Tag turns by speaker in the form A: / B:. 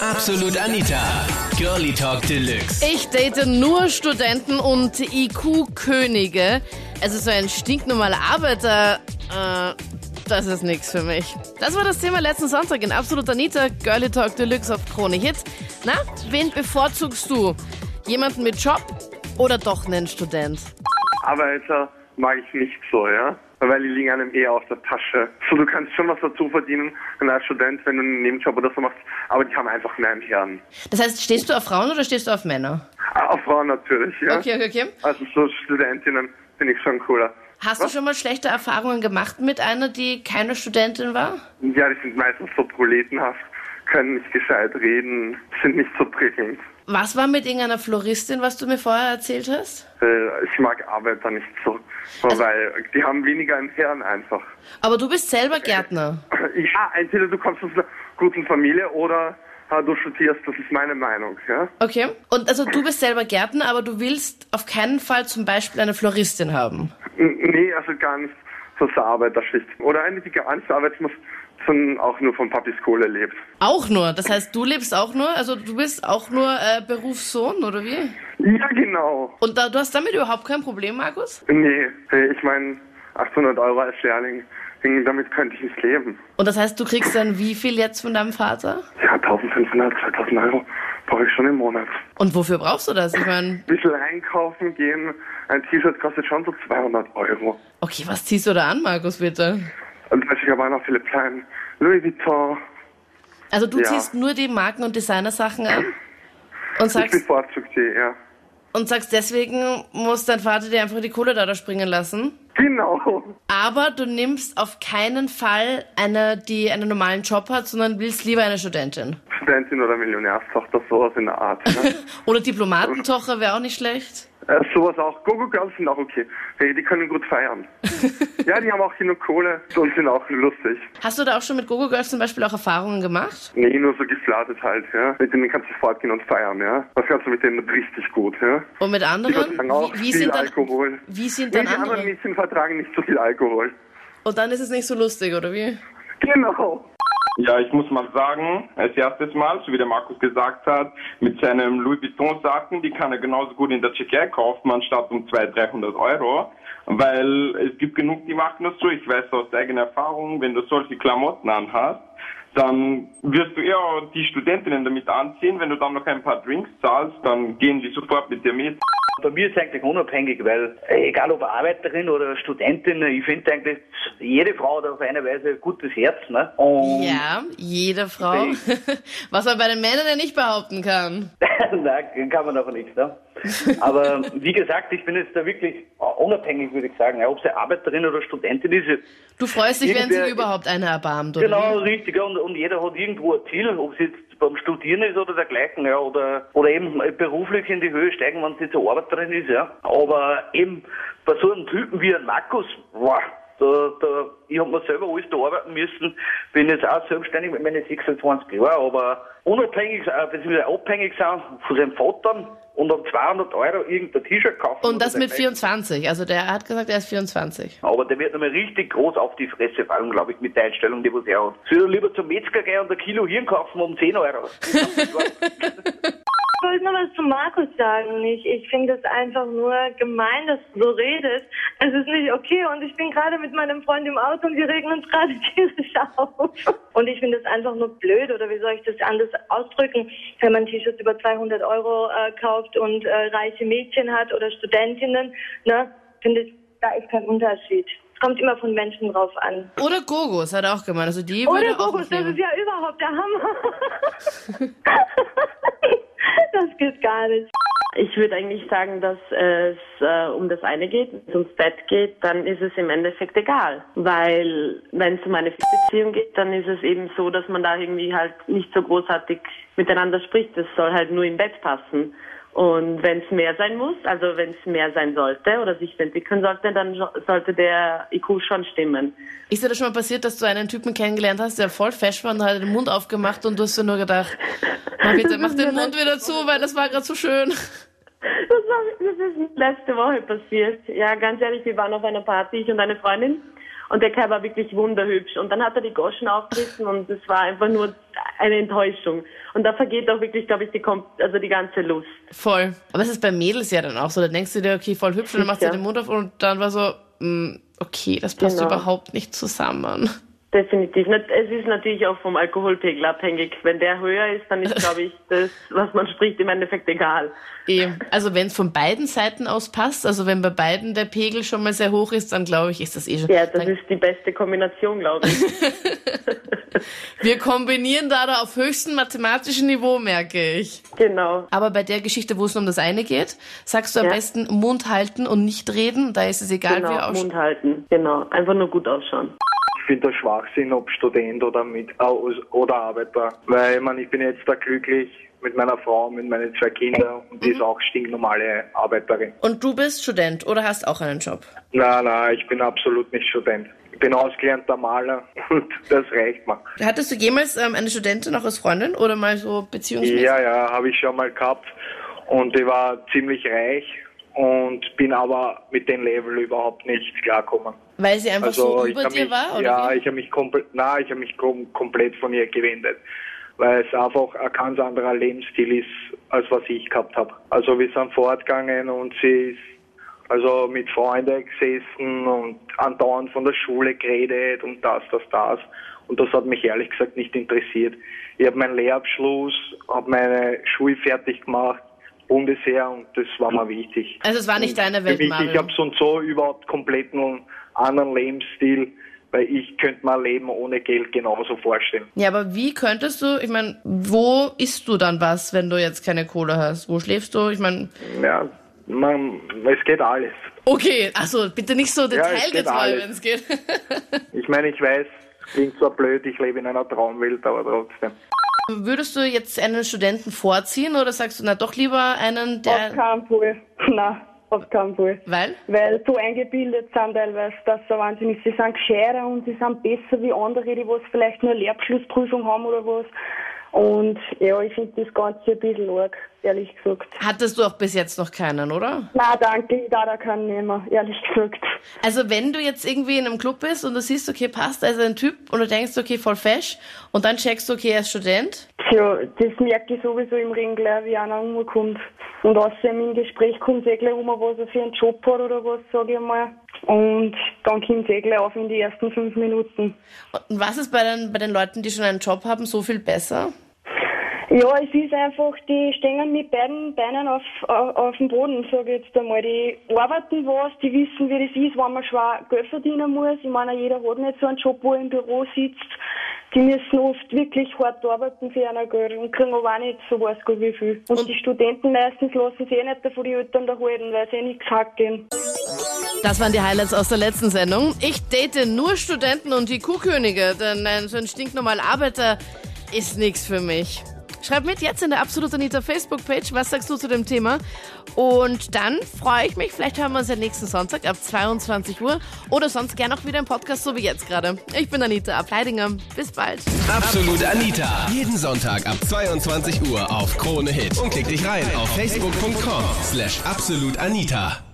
A: Absolut Anita. Girlie Talk Deluxe.
B: Ich date nur Studenten und IQ-Könige. Also so ein stinknormaler Arbeiter, äh, das ist nichts für mich. Das war das Thema letzten Sonntag in Absolut Anita, Girlie Talk Deluxe auf Krone Hit. Na, wen bevorzugst du? Jemanden mit Job oder doch einen Student?
C: Arbeiter also mag ich nicht so, ja? Weil die liegen einem eher aus der Tasche. So, du kannst schon was dazu verdienen und als Student, wenn du einen Nebenjob oder so machst, aber die haben einfach mehr im Hirn.
B: Das heißt, stehst du auf Frauen oder stehst du auf Männer?
C: Ah, Auf Frauen natürlich, ja?
B: Okay, okay, okay.
C: Also so Studentinnen finde ich schon cooler.
B: Hast du schon mal schlechte Erfahrungen gemacht mit einer, die keine Studentin war?
C: Ja, die sind meistens so proletenhaft, können nicht gescheit reden, sind nicht so prickelnd.
B: Was war mit irgendeiner Floristin, was du mir vorher erzählt hast?
C: Äh, Ich mag Arbeiter nicht so, weil die haben weniger im Hirn einfach.
B: Aber du bist selber Gärtner.
C: Ja, entweder du kommst aus einer guten Familie oder äh, du studierst, das ist meine Meinung, ja?
B: Okay. Und also du bist selber Gärtner, aber du willst auf keinen Fall zum Beispiel eine Floristin haben.
C: N- Nee, also gar nicht aus der Arbeiterschicht. Oder eine, die gar nicht zur Arbeit muss, sondern auch nur von Papis Kohle lebt.
B: Auch nur. Das heißt, du lebst auch nur, also du bist auch nur äh, Berufssohn, oder wie?
C: Ja, genau.
B: Und da, du hast damit überhaupt kein Problem, Markus?
C: Nee, äh, ich meine, 800 Euro als Lehrling, ding- damit könnte ich nicht leben.
B: Und das heißt, du kriegst dann wie viel jetzt von deinem Vater?
C: Ja, 1500, 2000 Euro brauche ich schon im Monat.
B: Und wofür brauchst du das? Ich meine,
C: Ein bisschen einkaufen gehen, ein T-Shirt kostet schon so 200 Euro.
B: okay, was ziehst du da an, Markus, bitte?
C: Und ich habe auch noch viele Kleinen. Louis Vuitton,
B: Also du
C: Ja.
B: ziehst nur die Marken- und Designersachen an und
C: ich
B: sagst,
C: bevorzuge die, ja.
B: und sagst, deswegen muss dein Vater dir einfach die Kohle da springen lassen?
C: Genau.
B: Aber du nimmst auf keinen Fall eine, die einen normalen Job hat, sondern willst lieber eine Studentin.
C: Studentin oder Millionärstochter, sowas in der Art. Ne?
B: Oder Diplomatentochter wäre auch nicht schlecht.
C: Äh, sowas auch. Go-Go Girls sind auch okay. Hey, die können gut feiern. ja, die haben auch genug Kohle und sind auch lustig.
B: Hast du da auch schon mit Gogo Girls zum Beispiel auch Erfahrungen gemacht?
C: Nee, nur so geflatet halt, ja. Mit denen kannst du fortgehen und feiern, ja. Das kannst du mit denen richtig gut, ja.
B: Und mit
C: Die
B: anderen?
C: vertragen auch
B: Wie, wie
C: viel
B: sind dann,
C: Alkohol.
B: wie sind
C: nee,
B: dann
C: die anderen
B: andere?
C: Mädchen vertragen nicht so viel Alkohol.
B: Und dann ist es nicht so lustig, oder wie?
C: Genau.
D: Ja, ich muss mal sagen, als erstes Mal, so wie der Markus gesagt hat, mit seinem Louis Vuitton-Sachen, die kann er genauso gut in der Tschechei kaufen, anstatt um 200, 300 Euro. Weil es gibt genug, die machen das so. Ich weiß aus eigener Erfahrung, wenn du solche Klamotten anhast, dann wirst du eher die Studentinnen damit anziehen. Wenn du dann noch ein paar Drinks zahlst, dann gehen die sofort mit dir mit.
E: Bei mir ist es eigentlich unabhängig, weil äh, egal ob Arbeiterin oder Studentin, ich finde eigentlich, jede Frau hat auf eine Weise ein gutes Herz. Ne? Und
B: Ja, jede Frau. Was man bei den Männern ja nicht behaupten kann.
E: Nein, kann man aber nicht. Ne? Aber wie gesagt, ich bin jetzt da wirklich äh, unabhängig, würde ich sagen. Ja, ob sie Arbeiterin oder Studentin ist,
B: Du freust dich, wenn sich
E: Irgendwer-
B: überhaupt einer erbarmt, oder
E: Genau,
B: wie?
E: richtig. ja. Und, und jeder hat irgendwo ein Ziel, ob es jetzt beim Studieren ist oder dergleichen, ja, oder, oder eben beruflich in die Höhe steigen, wenn es jetzt eine Arbeit drin ist, ja. Aber eben bei so einem Typen wie ein Markus, wow, da, da, ich habe mir selber alles da arbeiten müssen, bin jetzt auch selbstständig mit meinen 26 Jahren, aber unabhängig, äh, beziehungsweise abhängig sein von seinem Vater und um 200 Euro irgendein T-Shirt kaufen.
B: Und
E: oder
B: das mit
E: dergleichen.
B: 24. Also der hat gesagt, er ist 24.
E: Aber der wird nochmal richtig groß auf die Fresse fallen, glaube ich, mit der Einstellung, die was er hat. Soll er lieber zum Metzger gehen und ein Kilo Hirn kaufen um 10 Euro?
F: Ich wollte noch was zu Markus sagen. Ich, ich finde es einfach nur gemein, dass du so redest. Es ist nicht okay und ich bin gerade mit meinem Freund im Auto und wir regen uns gerade tierisch auf. Und ich finde es einfach nur blöd oder wie soll ich das anders ausdrücken, wenn man T-Shirts über 200 Euro äh, kauft und äh, reiche Mädchen hat oder Studentinnen. Ne? Finde ich, da ist kein Unterschied. Es kommt immer von Menschen drauf an.
B: Oder Gogos hat er auch gemeint. Also die würde
F: Ohne
B: er auch
F: Kokos, das
B: mitnehmen.
F: ist ja überhaupt der Hammer. das geht gar nicht.
G: Ich würde eigentlich sagen, dass es äh, um das eine geht, wenn es ums Bett geht, dann ist es im Endeffekt egal. Weil wenn es um eine Beziehung geht, dann ist es eben so, dass man da irgendwie halt nicht so großartig miteinander spricht. Das soll halt nur im Bett passen. Und wenn es mehr sein muss, also wenn es mehr sein sollte oder sich entwickeln sollte, dann so- sollte der IQ schon stimmen.
B: Ist dir das schon mal passiert, dass du einen Typen kennengelernt hast, der voll fesch war und hat den Mund aufgemacht und du hast dir nur gedacht, "Ma, bitte mach den Mund wieder zu, weil das war gerade so schön.
G: Das, war, das ist letzte Woche passiert. Ja, ganz ehrlich, wir waren auf einer Party, ich und eine Freundin. Und der Kerl war wirklich wunderhübsch. Und dann hat er die Goschen aufgerissen und es war einfach nur eine Enttäuschung. Und da vergeht auch wirklich, glaube ich, die, kom- also die ganze Lust.
B: Voll. Aber es ist bei Mädels ja dann auch so. Da denkst du dir, okay, voll hübsch, und dann machst du
G: Sicher.
B: den Mund auf und dann war so, mh, okay, das passt
G: Genau.
B: überhaupt nicht zusammen.
G: Definitiv. Na- Es ist natürlich auch vom Alkoholpegel abhängig. Wenn der höher ist, dann ist, glaube ich, das, was man spricht, im Endeffekt egal.
B: Eh, Also wenn es von beiden Seiten aus passt, also wenn bei beiden der Pegel schon mal sehr hoch ist, dann glaube ich, ist das eh schon.
G: Ja, das
B: dann,
G: ist die beste Kombination, glaube ich.
B: wir kombinieren da, da auf höchstem mathematischen Niveau, merke ich.
G: genau.
B: Aber bei der Geschichte, wo es nur um das eine geht, sagst du am
G: Ja.
B: besten Mund halten und nicht reden. Da ist es egal, wie
G: Genau,
B: auch
G: Mund halten. Genau, einfach nur gut ausschauen.
H: Ich finde das Schwachsinn, ob Student oder, mit, äh, oder Arbeiter. Weil ich, mein, ich bin jetzt da glücklich mit meiner Frau, mit meinen zwei Kindern und die ist auch stinknormale Arbeiterin.
B: Und du bist Student oder hast auch einen Job?
H: Nein, nein, ich bin absolut nicht Student. Ich bin ausgelernter Maler und das reicht mir.
B: Hattest du jemals ähm, eine Studentin auch als Freundin oder mal so beziehungsmäßig?
H: Ja, ja, habe ich schon mal gehabt und ich war ziemlich reich und bin aber mit dem Level überhaupt nicht klargekommen.
B: Weil sie einfach so
H: also ich
B: über
H: hab
B: dir
H: mich,
B: war? Oder
H: ja,
B: wie?
H: ich habe mich komplett, na, ich habe mich kom komplett von ihr gewendet, weil es einfach ein ganz anderer Lebensstil ist, als was ich gehabt habe. Also wir sind fortgegangen und sie ist also mit Freunden gesessen und andauernd von der Schule geredet und das, das, das. Und das hat mich ehrlich gesagt nicht interessiert. Ich habe meinen Lehrabschluss, habe meine Schule fertig gemacht, Bundesheer und das war mir wichtig.
B: Also es war nicht deine Welt,
H: Für mich,
B: Mario.
H: ich habe so und so überhaupt komplett einen anderen Lebensstil, weil ich könnte mein Leben ohne Geld genauso vorstellen.
B: Ja, aber wie könntest du, ich meine, wo isst du dann was, wenn du jetzt keine Kohle hast? Wo schläfst du? Ich meine,
H: Ja, man, es geht alles.
B: okay, achso, bitte nicht so
H: es geht halt.
B: detailgetreu,
H: alles.
B: wenn es geht.
H: Ich meine, ich weiß, klingt zwar blöd, ich lebe in einer Traumwelt, aber trotzdem.
B: Würdest du jetzt einen Studenten vorziehen oder sagst du, na doch lieber einen,
I: Auf
B: der.
I: keinen Fall. Nein, auf keinen Fall.
B: Weil?
I: Weil so eingebildet sind teilweise, dass sie wahnsinnig, sie sind gescheiter und sie sind besser wie andere, die was vielleicht nur Lehrabschlussprüfung haben oder was. Und ja, ich finde das Ganze ein bisschen arg, ehrlich gesagt.
B: Hattest du auch bis jetzt noch keinen, oder?
I: Nein, danke, ich darf da keinen nehmen, ehrlich gesagt.
B: Also wenn du jetzt irgendwie in einem Club bist und du siehst, okay, passt, also ein Typ und du denkst, okay, voll fesch und dann checkst du, okay, er ist Student.
I: Tja, das merke ich sowieso im Ring gleich, wie einer rumkommt. Und außerdem im Gespräch kommt es eh gleich um, was er für einen Job hat oder was, sage ich mal. Und dann kommt es eh gleich auf in die ersten fünf Minuten.
B: Und was ist bei den, bei den Leuten, die schon einen Job haben, so viel besser?
I: Ja, es ist einfach, die stehen mit beiden Beinen auf, auf, auf dem Boden, sage ich jetzt einmal. Die arbeiten was, die wissen, wie das ist, wenn man schwer Geld verdienen muss. Ich meine, jeder hat nicht so einen Job, wo er im Büro sitzt. Die müssen oft wirklich hart arbeiten für ein Geld und kriegen aber auch nicht so weiß Gott wie viel. Und, die Studenten meistens lassen sich eh nicht davon die Eltern da halten, weil sie eh nichts hacken.
B: Das waren die Highlights aus der letzten Sendung. Ich date nur Studenten und die Kuhkönige, denn ein, so ein stinknormal Arbeiter ist nichts für mich. Schreib mit jetzt in der Absolut Anita Facebook-Page, was sagst du zu dem Thema? Und dann freue ich mich, vielleicht hören wir uns ja nächsten Sonntag ab 22 Uhr oder sonst gern auch wieder im Podcast, so wie jetzt gerade. Ich bin Anita Ableidinger. Bis bald.
A: Absolut Anita. Jeden Sonntag ab 22 Uhr auf Krone Hit. Und klick dich rein auf facebook.com slash absolutanita.